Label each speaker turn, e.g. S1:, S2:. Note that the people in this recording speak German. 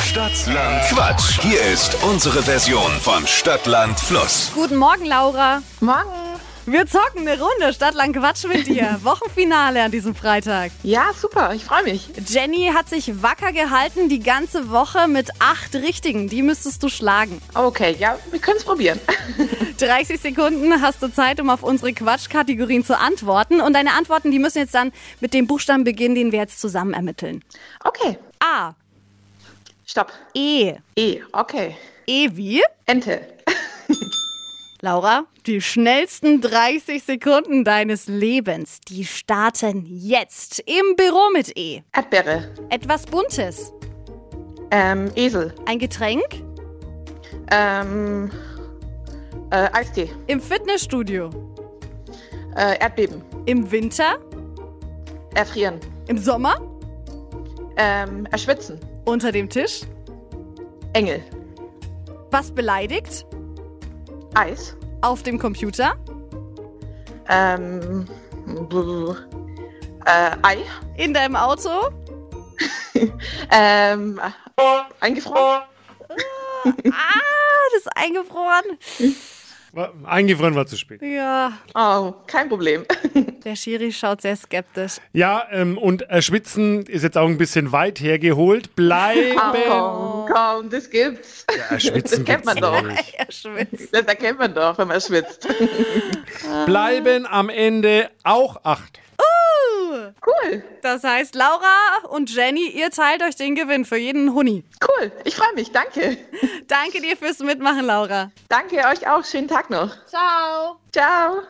S1: Stadtland Quatsch. Hier ist unsere Version von Stadtland Fluss.
S2: Guten Morgen, Laura.
S3: Morgen.
S2: Wir zocken eine Runde. Stadtlang Quatsch mit dir. Wochenfinale an diesem Freitag.
S3: Ja, super. Ich freue mich.
S2: Jenny hat sich wacker gehalten die ganze Woche mit acht Richtigen. Die müsstest du schlagen.
S3: Okay, ja, wir können es probieren.
S2: 30 Sekunden hast du Zeit, um auf unsere Quatschkategorien zu antworten. Und deine Antworten, die müssen jetzt dann mit dem Buchstaben beginnen, den wir jetzt zusammen ermitteln.
S3: Okay,
S2: A.
S3: stopp.
S2: E.
S3: E, okay.
S2: E wie?
S3: Ente.
S2: Laura, die schnellsten 30 Sekunden deines Lebens, die starten jetzt im Büro mit E.
S3: Erdbeere.
S2: Etwas Buntes.
S3: Ähm, Esel.
S2: Ein Getränk?
S3: Ähm, äh, Eistee.
S2: Im Fitnessstudio?
S3: Äh, Erdbeben.
S2: Im Winter?
S3: Erfrieren.
S2: Im Sommer?
S3: Ähm, erschwitzen.
S2: Unter dem Tisch?
S3: Engel.
S2: Was beleidigt?
S3: Eis.
S2: Auf dem Computer?
S3: Ähm, bluh. äh, Ei.
S2: In deinem Auto?
S3: Ähm, äh, eingefroren.
S2: Ah, das ist eingefroren.
S4: War, eingefroren war zu spät.
S2: Ja,
S3: Oh, kein Problem.
S2: der Schiri schaut sehr skeptisch.
S4: Ja, ähm, und äh, Schwitzen ist jetzt auch ein bisschen weit hergeholt. Bleiben.
S3: Komm, komm, das gibt's.
S4: Äh,
S3: Das
S4: Schwitzen
S3: kennt man
S4: gibt's
S3: doch.
S4: nicht.
S2: Er schwitzt.
S3: Das erkennt man doch, wenn man schwitzt. Ähm.
S4: Bleiben am Ende auch acht.
S3: Cool,
S2: Das heißt, Laura und Jenny, ihr teilt euch den Gewinn für jeden Huni.
S3: cool. Ich freue mich. Danke.
S2: Danke dir fürs Mitmachen, Laura.
S3: Danke euch auch. Schönen Tag noch.
S2: Ciao.
S3: Ciao.